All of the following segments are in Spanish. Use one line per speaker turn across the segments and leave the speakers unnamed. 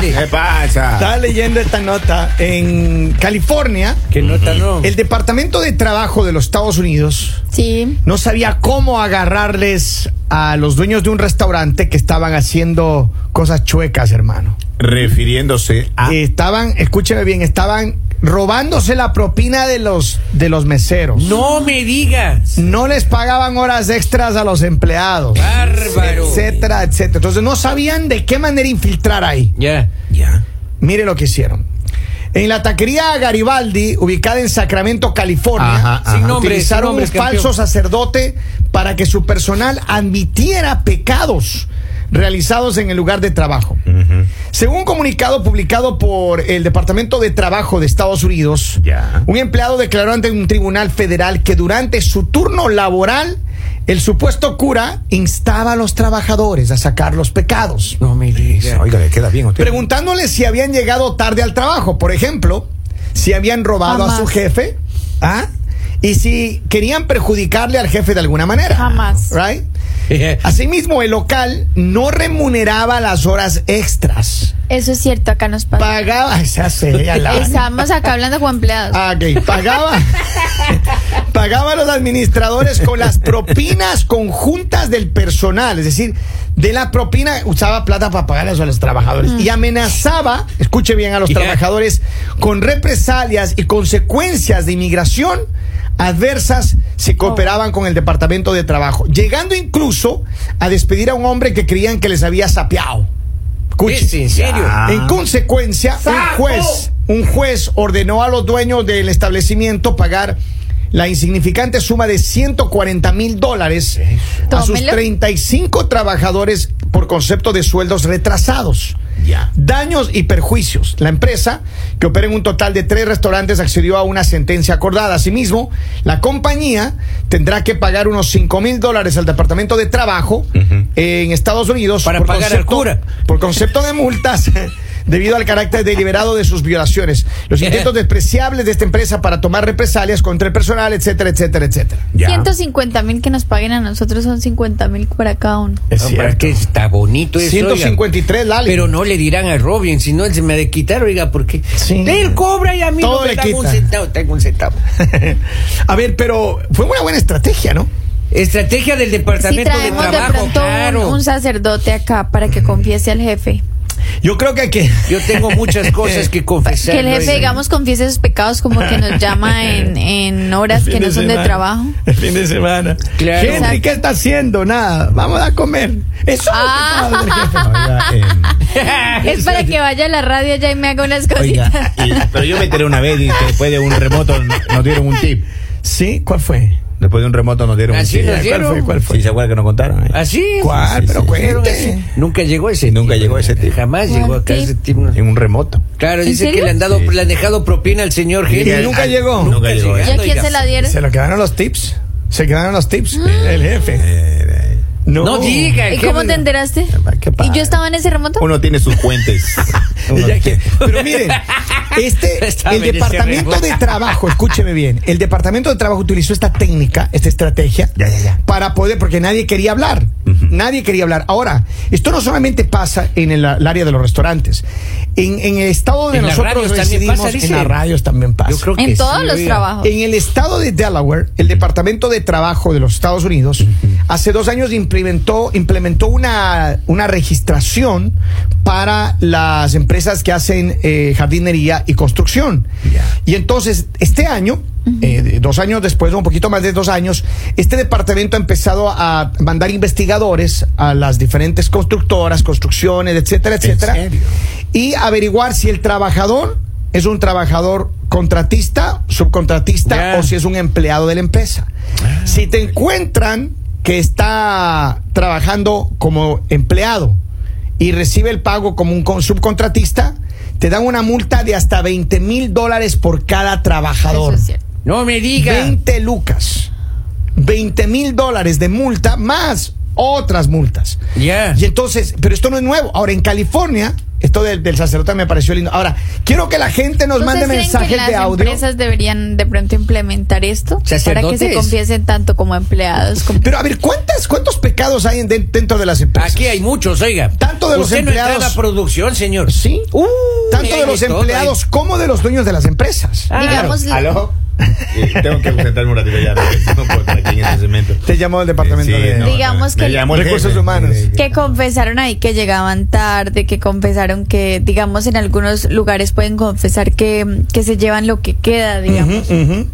¿Qué pasa?
eh, Estaba leyendo esta nota en California.
Que no está, no.
El Departamento de Trabajo de los Estados Unidos
Sí.
no sabía cómo agarrarles a los dueños de un restaurante que estaban haciendo cosas chuecas, hermano.
Refiriéndose a.
Estaban, escúcheme bien, estaban robándose la propina de los de los meseros.
No me digas.
No les pagaban horas extras a los empleados,
Bárbaro.
etcétera, etcétera. Entonces no sabían de qué manera infiltrar ahí.
Ya.
Ya.
Mire lo que hicieron. En la taquería Garibaldi, ubicada en Sacramento, California,
Ajá, ajá.
Sin nombre,
utilizaron
sin nombre,
un falso
campeón.
sacerdote para que su personal admitiera pecados realizados en el lugar de trabajo. Según un comunicado publicado por el Departamento de Trabajo de Estados Unidos,
Ya.
un empleado declaró ante un tribunal federal que durante su turno laboral, el supuesto cura instaba a los trabajadores a sacar los pecados
No me digas.
Oiga, le queda bien a usted.
preguntándole si habían llegado tarde al trabajo, por ejemplo, si habían robado
Jamás.
a su jefe, ¿ah? Y si querían perjudicarle al jefe de alguna manera.
Jamás.
Right? Asimismo, el local no remuneraba las horas extras.
Eso es cierto, acá nos pasa.
Pagaba, esa sería la-
Estamos acá hablando con empleados.
Ah, ok. Pagaba, pagaba a los administradores con las propinas conjuntas del personal. Es decir, de la propina usaba plata para pagarles a los trabajadores. Y amenazaba, escuche bien, a los
Ya.
trabajadores con represalias y consecuencias de inmigración adversas si cooperaban con el Departamento de Trabajo. Llegando incluso a despedir a un hombre que creían que les había sapeado. Escuche.
¿Es en serio? Ah.
Ya.
En consecuencia, un juez, un juez ordenó a los dueños del establecimiento pagar la insignificante suma de 140 mil dólares a sus
Tómelo.
35 trabajadores por concepto de sueldos retrasados.
Ya.
Daños y perjuicios. La empresa, que opera en un total de tres restaurantes, accedió a una sentencia acordada. Asimismo, la compañía tendrá que pagar unos 5 mil dólares al Departamento de Trabajo
Ujú.
en Estados Unidos
Para pagar al cura.
por concepto de multas debido al carácter deliberado de sus violaciones, los
Eh.
intentos despreciables de esta empresa para tomar represalias contra el personal, etcétera, etcétera, etcétera.
Ya.
150 mil que nos paguen a nosotros son 50 mil para cada uno.
No, pero es que está bonito eso. oiga.
153, Lali.
Pero no le dirán a Robin, si no él se me ha de quitar, oiga, porque
Sí.
él cobra y a mí
Todo
no me
le
dan un
quita.
centavo, tengo un centavo.
A ver, pero fue una buena estrategia, ¿no?
Estrategia del
Si
departamento de
traemos de,
trabajo,
pronto un-
claro.
un, sacerdote acá para que confiese al jefe.
Yo creo que hay que...
Yo tengo muchas cosas que confesar.
que el jefe,
oiga.
digamos, confiese sus pecados como que nos llama en, en horas que no son de trabajo.
El fin de semana.
Claro.
Henry, ¿qué está haciendo? Nada. Vamos a comer. Eso
Ah.
es lo que estaba haciendo el jefe.
Oiga, eh,
Es para que vaya a la radio allá y me haga unas cositas.
oiga, y- pero yo me enteré una vez y después de un remoto no- nos dieron un tip.
Sí, ¿cuál fue?
Después de un remoto nos dieron
Así
un tip.
nos
¿Cuál
dieron.
fue? ¿Cuál fue? ¿Sí se acuerdan que nos contaron? eh?
Así.
¿Cuál?
sí,
pero
sí.
Pero
cuente.
ese- nunca llegó ese
Nunca
tipo,
llegó ese tipo.
Jamás llegó acá
¿Qué?
ese tipo.
En un remoto.
Claro,
¿En
dice que
serio?
le han dado,
Sí.
le han dejado propina al señor
Y
jefe.
nunca
Ay,
llegó.
Nunca llegó,
¿Y
¿eh?
a
llegando,
quién
oiga.
se la dieron?
Se lo quedaron los tips. Se quedaron los tips. El jefe.
Eh, eh,
No,
Ah. No diga.
¿Y cómo
jefe.
te enteraste?
qué padre.
¿Y yo estaba en ese remoto?
Uno tiene sus fuentes. Uno
Ella que-
tiene-
pero miren, este,
Está
el
mereciendo.
departamento de trabajo, escúcheme bien, el departamento de trabajo utilizó esta técnica, esta estrategia,
Ya, ya, ya.
para poder, porque nadie quería hablar, nadie quería hablar. Ahora, esto no solamente pasa en el, el área de los restaurantes, en, en el estado de
En las
nosotros
radios también
residimos,
pasa, dice.
en las radios también pasa.
Yo creo que
En todos
sí,
los
oiga.
trabajos.
En el estado de Delaware, el Departamento de Trabajo de los Estados Unidos hace dos años implementó, implementó una, una registración para las empresas que hacen eh, jardinería y construcción.
Ya.
Y entonces, este año, eh, de- dos años después, un poquito más de dos años, este departamento ha empezado a mandar investigadores a las diferentes constructoras, construcciones, etcétera, etcétera
serio?
y averiguar si el trabajador es un trabajador contratista, subcontratista
Ya.
o si es un empleado de la empresa. si te encuentran que está trabajando como empleado y recibe el pago como un con- subcontratista, te dan una multa de hasta 20 mil dólares por cada
Eso
trabajador.
es cierto.
No me diga.
20 lucas. 20 mil dólares de multa más otras multas.
Ya.
Y entonces, pero esto no es nuevo. Ahora, en California, Esto del, del sacerdote me pareció lindo. Ahora, quiero que la gente nos mande
¿Ustedes creen que
mensajes
las
de audio.
empresas deberían de pronto implementar esto para que se
¿Sacerdotes?
confiesen tanto como empleados. como-
Pero a ver, ¿cuántas, ¿cuántos pecados hay en- de- dentro de las empresas?
Aquí hay muchos, oiga.
Tanto de los
Usted no entra
empleados-
a la producción, señor.
Sí.
Uh,
Tanto
hay
de los
todo,
empleados
hay-
como de los dueños de las empresas.
Ah,
Digamos,
¿Aló? Eh, tengo que sentarme un ratito ya. No puedo estar aquí en este segmento.
Te llamó el departamento
Sí,
de
no,
Digamos
me
que-
llamó el
Recursos
jefe.
Humanos.
Eh,
que confesaron ahí que llegaban tarde, que confesaron que, digamos, en algunos lugares pueden confesar que, que se llevan lo que queda, digamos.
Ujú, ujú.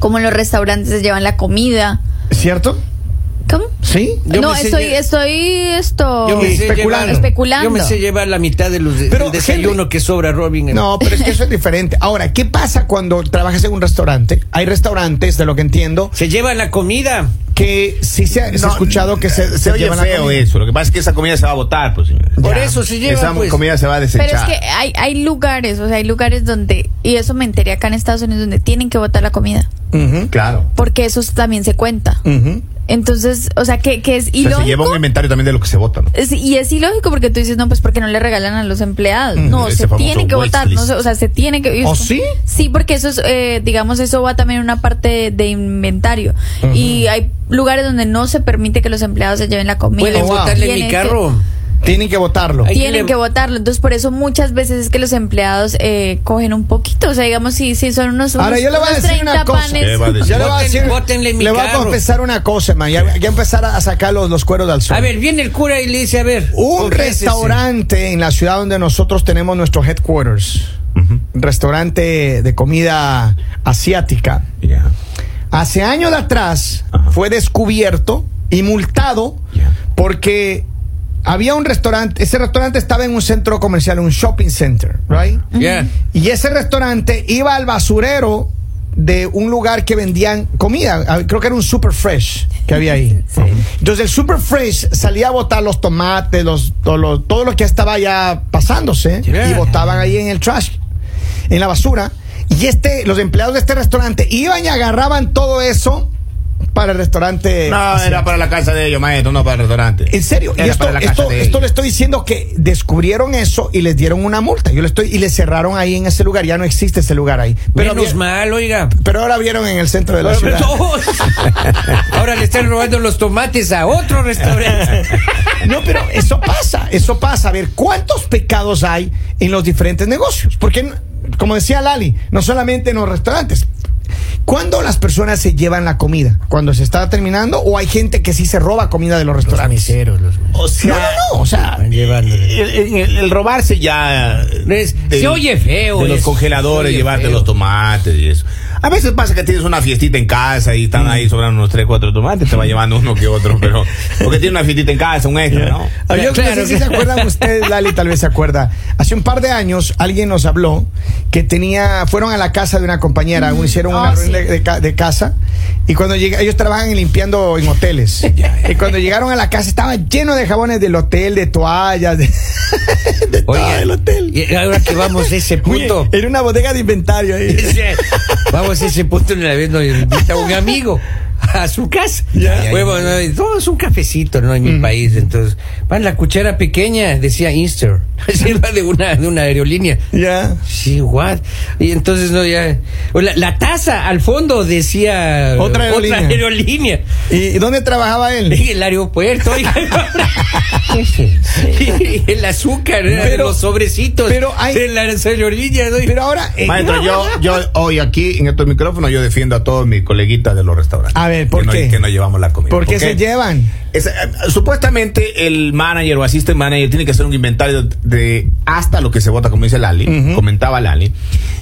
Como en los restaurantes se llevan la comida.
¿Cierto?
¿Cómo?
Sí.
Yo
no,
me sé
estoy,
lle-
estoy, esto.
Yo me sé
especulando.
llevar-
Especulando.
Yo me sé llevar la mitad de los de-
Pero,
del desayuno
Henry-
que sobra, Robin.
No, pero es que eso es diferente. Ahora, ¿qué pasa cuando trabajas en un restaurante? Hay restaurantes, de lo que entiendo,
Se llevan la comida.
que sí se ha se ha
no,
escuchado que se, se
oye
llevan la
feo
comida.
eso. Lo que pasa es que esa comida se va a botar, pues, señor.
Por
Ya.
eso se llevan.
Esa
pues.
comida se va a desechar.
Pero es que hay, hay lugares, o sea, hay lugares donde, y eso me enteré acá en Estados Unidos, donde tienen que botar la comida,
Ujú,
Claro.
porque eso también se cuenta.
ujú.
Entonces, o sea, que, que es
O sea,
ilógico.
se lleva un inventario también de lo que se vota, ¿no?
es- y es ilógico porque tú dices, no, pues porque no le regalan a los empleados.
Mm,
no,
ese
se
famoso
tiene que
wait
votar. No,
list.
se- o sea, se tiene que.
¿Oh, sí?
Sí, porque eso es, eh, digamos, eso va también en una parte de, de inventario. Y hay lugares donde no se permite que los empleados se lleven la comida.
Pueden
Oh, wow.
botarle mi
Tienen que-
carro.
este.
Tienen que votarlo.
Ay, Hay que
tienen
le-
que votarlo. Entonces, por eso muchas veces es que los empleados eh, cogen un poquito. O sea, digamos, si, si son unos, unos,
Ahora, yo le voy a
unos
decir una cosa.
panes.
¿Qué va a decir?
Yo le voy a
Voten-
decir,
votenle mi
le voy a
carro.
confesar una cosa, man. Ya, ya empezar a sacar los, los cueros al sol.
A ver, viene el cura y le dice, a ver.
Un
confiésese.
restaurante en la ciudad donde nosotros tenemos nuestro headquarters,
Ujú.
restaurante de comida asiática.
Ya.
Hace años atrás
Ajá.
fue descubierto y multado
Ya.
porque había un restaurante, ese restaurante estaba en un centro comercial, un shopping center, right?
Ya.
Y ese restaurante iba al basurero de un lugar que vendían comida. Ah, Creo que era un super fresh que había ahí. Entonces el super fresh salía a botar los tomates, los, todo, lo, todo lo que estaba ya pasándose
Yeah.
y botaban ahí en el trash, en la basura. Y este, los empleados de este restaurante iban y agarraban todo eso para el restaurante.
No,
asiático.
era para la casa de ellos, maestro, no para el restaurante.
En serio, y
Era
esto,
para la casa
esto,
de
esto le
ellos.
estoy diciendo que descubrieron eso y les dieron una multa. Yo le estoy y le cerraron ahí en ese lugar. Ya no existe ese lugar ahí. Pero,
Menos
había-
mal, oiga.
pero ahora vieron en el centro de la ciudad.
Ahora le están robando los tomates a otro restaurante.
No, pero eso pasa, eso pasa. A ver, ¿cuántos pecados hay en los diferentes negocios? Porque, como decía Lali, no solamente en los restaurantes. ¿Cuándo las personas se llevan la comida? ¿Cuando se está terminando? ¿O hay gente que sí se roba comida de los restaurantes?
los
O
no,
sea,
no, no, o sea,
van llevándole.
el, el- el robarse ya. eh,
Es- se oye feo
De los
eso, se
congeladores,
oye
llevarte
feo.
los tomates y eso. A veces pasa que tienes una fiestita en casa y
Mm.
están ahí sobrando unos 3, 4 tomates, te va llevando uno que otro, pero. Porque tienes una fiestita en casa, un extra, ¿no?
Ah, Yo
Claro,
no sé si
claro.
se acuerdan ustedes, Lali tal vez se acuerda. Hace un par de años alguien nos habló que tenía, fueron a la casa de una compañera, hicieron una
Oh,
reunión
sí.
de, de ca- de casa y cuando llegaron, ellos trabajan en limpiando en hoteles. y cuando llegaron a la casa estaba lleno de jabones del hotel, de toallas, de, de todo
Oiga,
Ah, el hotel.
y ahora que vamos a ese
Oye,
punto.
era una bodega de inventario ahí.
Vamos a ese punto una vez nos invita un amigo a su casa.
Ya.
Bueno, no, y tomas un cafecito, ¿no? En
Mm.
mi país. Entonces, van la cuchara pequeña, decía Inster. Sirva de una, de una aerolínea.
Ya.
Sí, what? Y entonces no ya. o La, la taza al fondo decía
Otra aerolínea.
aerolínea.
¿Y y dónde trabajaba él?
En el aeropuerto, oiga. Y el azúcar, era de
Pero-
los sobrecitos.
pero hay-
de las aerolíneas, oiga.
Pero ahora, eh,
Maestro, yo, yo hoy aquí en estos micrófonos yo defiendo a todos mis coleguitas de los restaurantes.
A ver, ¿por
que no-
qué?
que no llevamos la comida.
¿por qué
Porque
se llevan?
es- eh, supuestamente el manager o assistant manager tiene que hacer un inventario de hasta lo que se vota, como dice Lali,
Ujú.
comentaba Lali.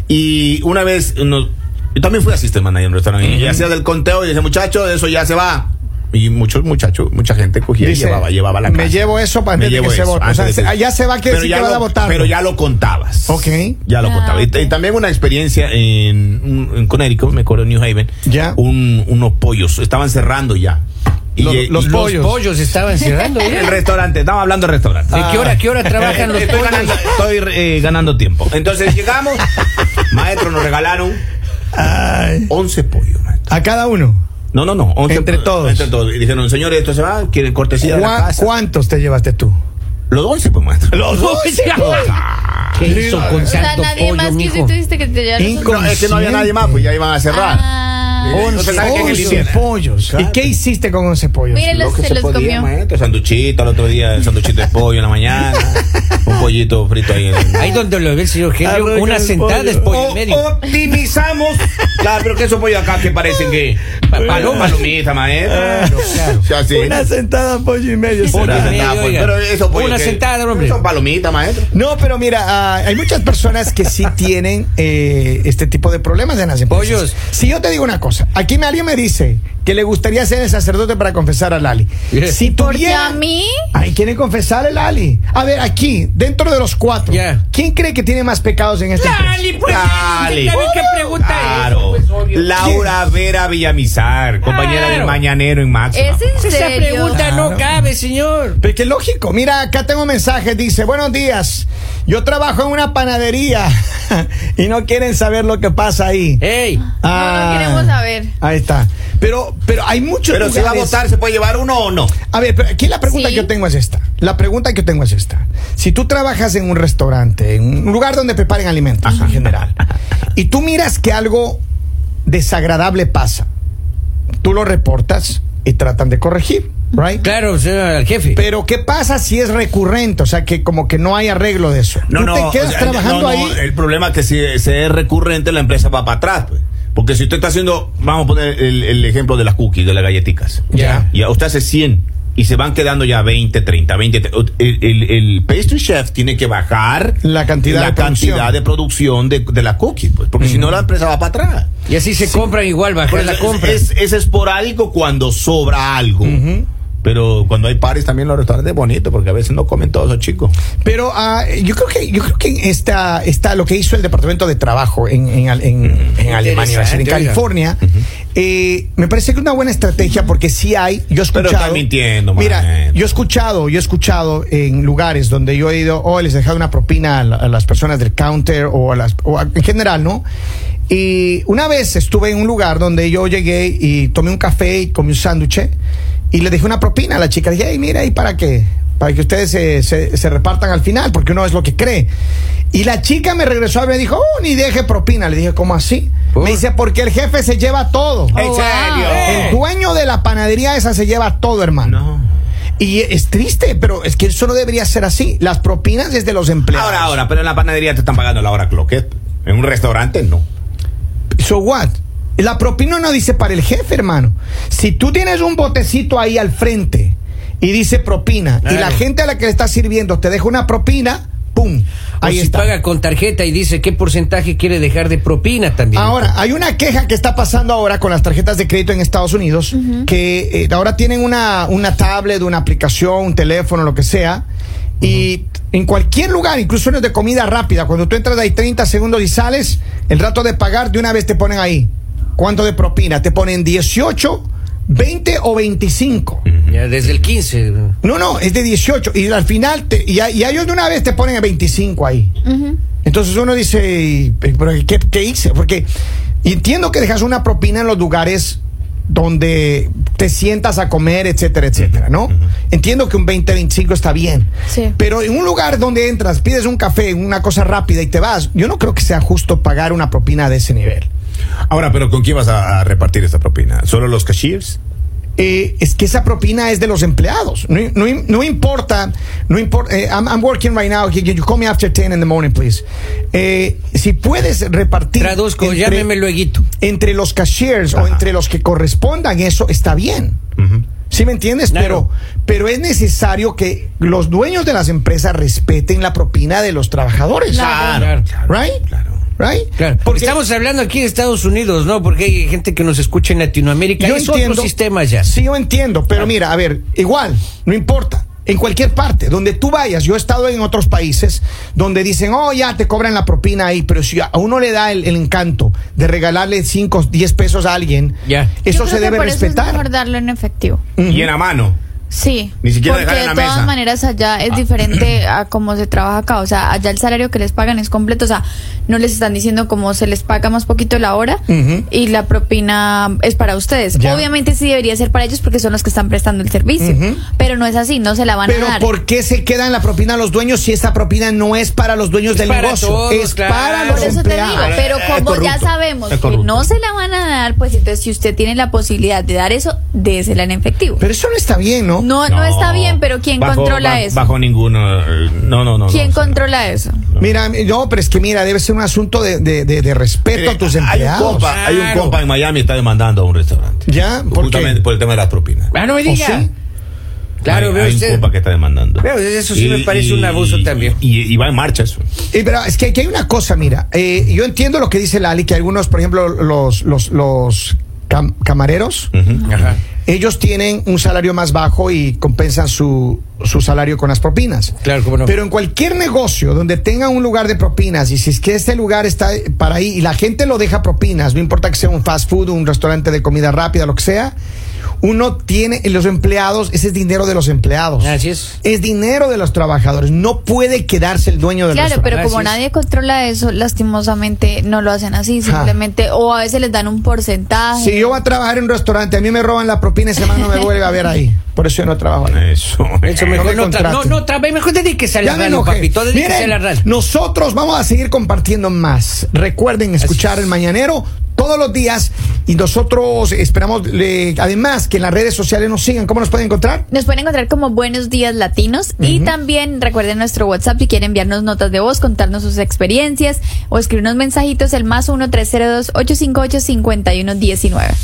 Y una vez, nos- yo también fui assistant manager en un restaurante y hacía del conteo y decía, muchachos, eso ya se va. Y muchos muchachos, mucha gente cogía
Dice,
y llevaba, llevaba la
"Me
casa.
llevo eso para antes de que se vote". O
antes
sea,
de
se- ah, ya se va, quiere
Pero
decir
ya
que van
lo-
a votarlo.
Pero ya lo contabas.
Ok.
Ya lo
Ah,
contaba. Y,
ok.
y también una experiencia en, en Connecticut, me acuerdo, en New Haven.
Ya.
un- unos pollos, estaban cerrando ya. Y,
Los-
eh,
los
y-
pollos.
Los pollos estaban cerrando, oiga.
El restaurante, estamos hablando de restaurante.
¿De qué hora, qué hora trabajan los
estoy
pollos?
ganando, estoy, eh, ganando tiempo. Entonces llegamos, maestro, nos regalaron 11 pollos, maestro.
A cada uno.
No, no, no. 11
Entre
pollos,
todos.
Entre todos. Y dijeron, señores, esto se va, quieren cortesía de la
¿Cuá-
casa.
¿Cuántos te llevaste tú?
Los 11, pues, maestro.
Los dos.
¿Qué hizo con
O sea,
santo
nadie
pollo,
más que si
mijo?
tú dijiste que te llevaron.
Inco-
No, es que no había nadie más, pues ya iban a cerrar.
Ah.
Eh, no se sabe quién
Once
elimina.
pollos. ¿Y
Claro.
qué hiciste con 11 pollos?
Mira, los-
Lo que
se
se
los
podía,
comió.
maestro. Sanduchito, al otro día, sanduchito de pollo en la mañana. Un pollito frito ahí. en el-
Ahí donde lo ve el señor Genio,
Arroyo
una
al
sentada
pollo.
es pollo
O-
y medio.
Optimizamos. claro, pero que esos pollos acá que parecen que. pa- Paloma, palomita, maestro.
Claro, claro.
O sea, sí.
Una sentada, pollo y medio.
Una
Pollo y
sentada,
medio,
pues,
oiga.
pero esos pollos
Una
que-
sentada, hombre.
Son palomitas, maestro.
No, pero mira, ah, hay muchas personas que sí tienen eh, este tipo de problemas en las empresas.
Pollos.
Si yo te digo una cosa, aquí alguien me dice que le gustaría ser el sacerdote para confesar al Ali.
Yeah.
Si
Porque
tuviera,
a mí.
Ahí quieren confesar el Ali. A ver, aquí, dentro de los cuatro,
Yeah.
¿quién cree que tiene más pecados en esta empresa?
Lali, pues,
Lali.
¿sabe qué pregunta
Claro.
es? Pues, obvio.
Laura Vera Villamizar, compañera
Claro.
del Mañanero en Máxima.
¿Es en
Esa
serio?
pregunta no cabe, señor.
Pero que lógico, mira, acá tengo un mensaje, dice, buenos días, yo trabajo en una panadería y no quieren saber lo que pasa ahí. Ah,
¡Ey!
Eh, No, no queremos saber.
Ahí está. Pero, pero hay muchos
Pero si va a
lugares-
votar, ¿se puede llevar uno o no?
A ver, pero aquí la pregunta
Sí.
que yo tengo es esta. La pregunta que yo tengo es esta. Si tú trabajas en un restaurante, en un lugar donde preparen alimentos en general, y tú miras que algo desagradable pasa, tú lo reportas y tratan de corregir, ¿right?
Claro, señor, al jefe.
Pero ¿qué pasa si es recurrente? O sea, que como que no hay arreglo de eso.
No,
tú
no,
te quedas
o sea,
trabajando
no, no,
ahí.
El problema es que si se es recurrente, la empresa va para atrás. pues. Porque si usted está haciendo, vamos a poner el, el ejemplo de las cookies, de las galletitas.
Ya.
Y a usted hace 100 y se van quedando ya 20, 30, 20. te- El, el- el pastry chef tiene que bajar
La cantidad
la
de producción. Mm.
cantidad de producción de, de las cookies, pues, porque si no la empresa va para atrás.
Y así se compran igual, bajar
Pues
la
es-
compra.
Es, es esporádico cuando sobra algo.
Ujú.
Pero cuando hay pares también los restaurantes es bonito, porque a veces no comen todos esos chicos.
Pero ah, yo creo que yo creo que esta, esta lo que hizo el Departamento de Trabajo en, en, al- en-
Mm.
en Alemania, iba a decir, en
Interesante, oiga.
California, eh, me parece que es una buena estrategia porque sí hay. Yo he escuchado.
Pero está mintiendo,
Mira,
man.
yo he escuchado, yo he escuchado en lugares donde yo he ido, o les he dejado una propina a, la- a las personas del counter o a las o a- en general, ¿no? Y una vez estuve en un lugar donde yo llegué y tomé un café y comí un sándwich y le dejé una propina a la chica. Dije, hey, mira, ¿y para qué? Para que ustedes se, se- se repartan al final, porque uno es lo que cree. Y la chica me regresó y me dijo, oh, ni deje propina. Le dije, ¿cómo así?
¿Por?
Me dice, porque el jefe se lleva todo.
Oh, wow.
El dueño de la panadería esa se lleva todo, hermano.
No.
Y es triste, pero es que eso no debería ser así. Las propinas es de los empleados.
Ahora, ahora, pero en la panadería te están pagando la hora cloquet. En un restaurante no.
So what? La propina no dice para el jefe, hermano. Si tú tienes un botecito ahí al frente y dice propina, y la
Claro.
gente a la que le estás sirviendo te deja una propina, ¡pum!
O
Ahí
si
está.
paga con tarjeta y dice qué porcentaje quiere dejar de propina también.
Ahora, hay una queja que está pasando ahora con las tarjetas de crédito en Estados Unidos, que eh, ahora tienen una, una tablet, una aplicación, un teléfono, lo que sea, y en cualquier lugar, incluso en los de comida rápida, cuando tú entras ahí 30 segundos y sales, el rato de pagar de una vez te ponen ahí. ¿Cuánto de propina? Te ponen 18, 20 o 25.
Ya desde el 15.
No, no, es de 18. Y al final, te, y, a, y a ellos de una vez te ponen a 25 ahí. Entonces uno dice, "¿Y, pero ¿qué, qué hice? Porque entiendo que dejas una propina en los lugares donde te sientas a comer, etcétera, etcétera, ¿no? Entiendo que un 20, 25 está bien.
Sí.
Pero en un lugar donde entras, pides un café, una cosa rápida y te vas, yo no creo que sea justo pagar una propina de ese nivel.
Ahora, pero ¿con quién vas a, a repartir esa propina? ¿Solo los cashiers?
eh, es que esa propina es de los empleados. No, no, no importa, no importa. eh, I'm, I'm working right now. Can you call me after 10 in the morning, please? Eh, si puedes repartir.
Traduzco,
entre-
llámeme lueguito.
Entre los cashiers o
Ajá.
entre los que correspondan, eso está bien. ¿Sí me entiendes?
Claro.
Pero, pero es necesario que los dueños de las empresas respeten la propina de los trabajadores.
Claro.
Right?
Claro.
Right?
Claro.
Porque
Estamos hablando aquí de Estados Unidos, ¿no? Porque hay gente que nos escucha en Latinoamérica. es otro sistema ya.
Sí, yo entiendo, pero mira, a ver, igual, no importa. En cualquier parte, donde tú vayas, yo he estado en otros países donde dicen, oh, ya te cobran la propina ahí, pero si a uno le da el, el encanto de regalarle 5, 10 pesos a alguien,
Ya.
Yo
eso
creo
se
que
debe
por Eso es
respetar.
mejor darlo en efectivo.
Y en la mano.
Sí.
Ni siquiera
porque
dejar en
de
la
todas
mesa.
maneras allá es
Ah.
diferente a cómo se trabaja acá. O sea, allá el salario que les pagan es completo. O sea, no les están diciendo cómo se les paga más poquito la hora
Ujú.
y la propina es para ustedes.
Ya.
Obviamente sí debería ser para ellos porque son los que están prestando el servicio.
Ujú.
Pero no es así, no se la van
Pero
a dar.
¿por qué se queda en la propina a los dueños si esta propina no es para los dueños del
para
negocio?
todos,
es
claro.
para
Ah, Por
los
eso te digo,
empleados.
Eh,
pero
eh,
como
es
ya
corrupto,
sabemos
es
que
corrupto.
no se la van a dar, pues entonces si usted tiene la posibilidad de dar eso, désela en efectivo.
Pero eso no está bien, ¿no?
no, no, está bien, pero ¿quién
Bajo-
controla
ba-
eso?
Bajo ninguno. eh, No, no, no.
¿Quién
no,
controla eso?
Mira, eh, no, pero es que mira, debe ser un asunto de, de- de- de respeto
Mire,
a tus
Eh, hay un,
empleados.
compa, hay un
Claro.
compa en Miami está demandando a un restaurante.
¿Ya? ¿Por qué?
Justamente por el tema de las propinas.
Ah, no me
¿O
diga.
sí?
Claro,
hay,
veo
hay un
usted.
compa que está demandando.
Veo, eso sí me parece un abuso también.
Y, y va en marcha eso.
Y, pero es que aquí hay una cosa, mira, eh, yo entiendo lo que dice Lali, que algunos, por ejemplo, los, los, los cam- camareros,
Ujú.
Ajá.
ellos tienen un salario más bajo y compensan su, su salario con las propinas.
Claro, cómo no.
Pero en cualquier negocio donde tenga un lugar de propinas, y si es que este lugar está para ahí y la gente lo deja propinas, no importa que sea un fast food, un restaurante de comida rápida, lo que sea, uno tiene, y los empleados, ese es dinero de los empleados.
Así es.
Es dinero de los trabajadores. No puede quedarse el dueño del
Claro,
restaurante.
pero como
Gracias.
nadie controla eso, lastimosamente no lo hacen así,
Ja.
simplemente, o a veces les dan un porcentaje.
Si yo voy a trabajar en un restaurante, a mí me roban la propina y semana no me vuelve a ver ahí. Por eso yo no trabajo ahí.
Eso.
Eso mejor
me
no, tra- no,
contraten.
no trabaja, mejor dedíquese a la
Ya me
radio,
enojé.
papito, dedíquese
Miren,
a la radio.
nosotros vamos a seguir compartiendo más. Recuerden escuchar el mañanero todos los días y nosotros esperamos le- además que en las redes sociales nos sigan. ¿Cómo nos pueden encontrar?
Nos pueden encontrar como Buenos Días Latinos y también recuerden nuestro WhatsApp si quieren enviarnos notas de voz, contarnos sus experiencias o escribirnos mensajitos el más 1 302 858 5119.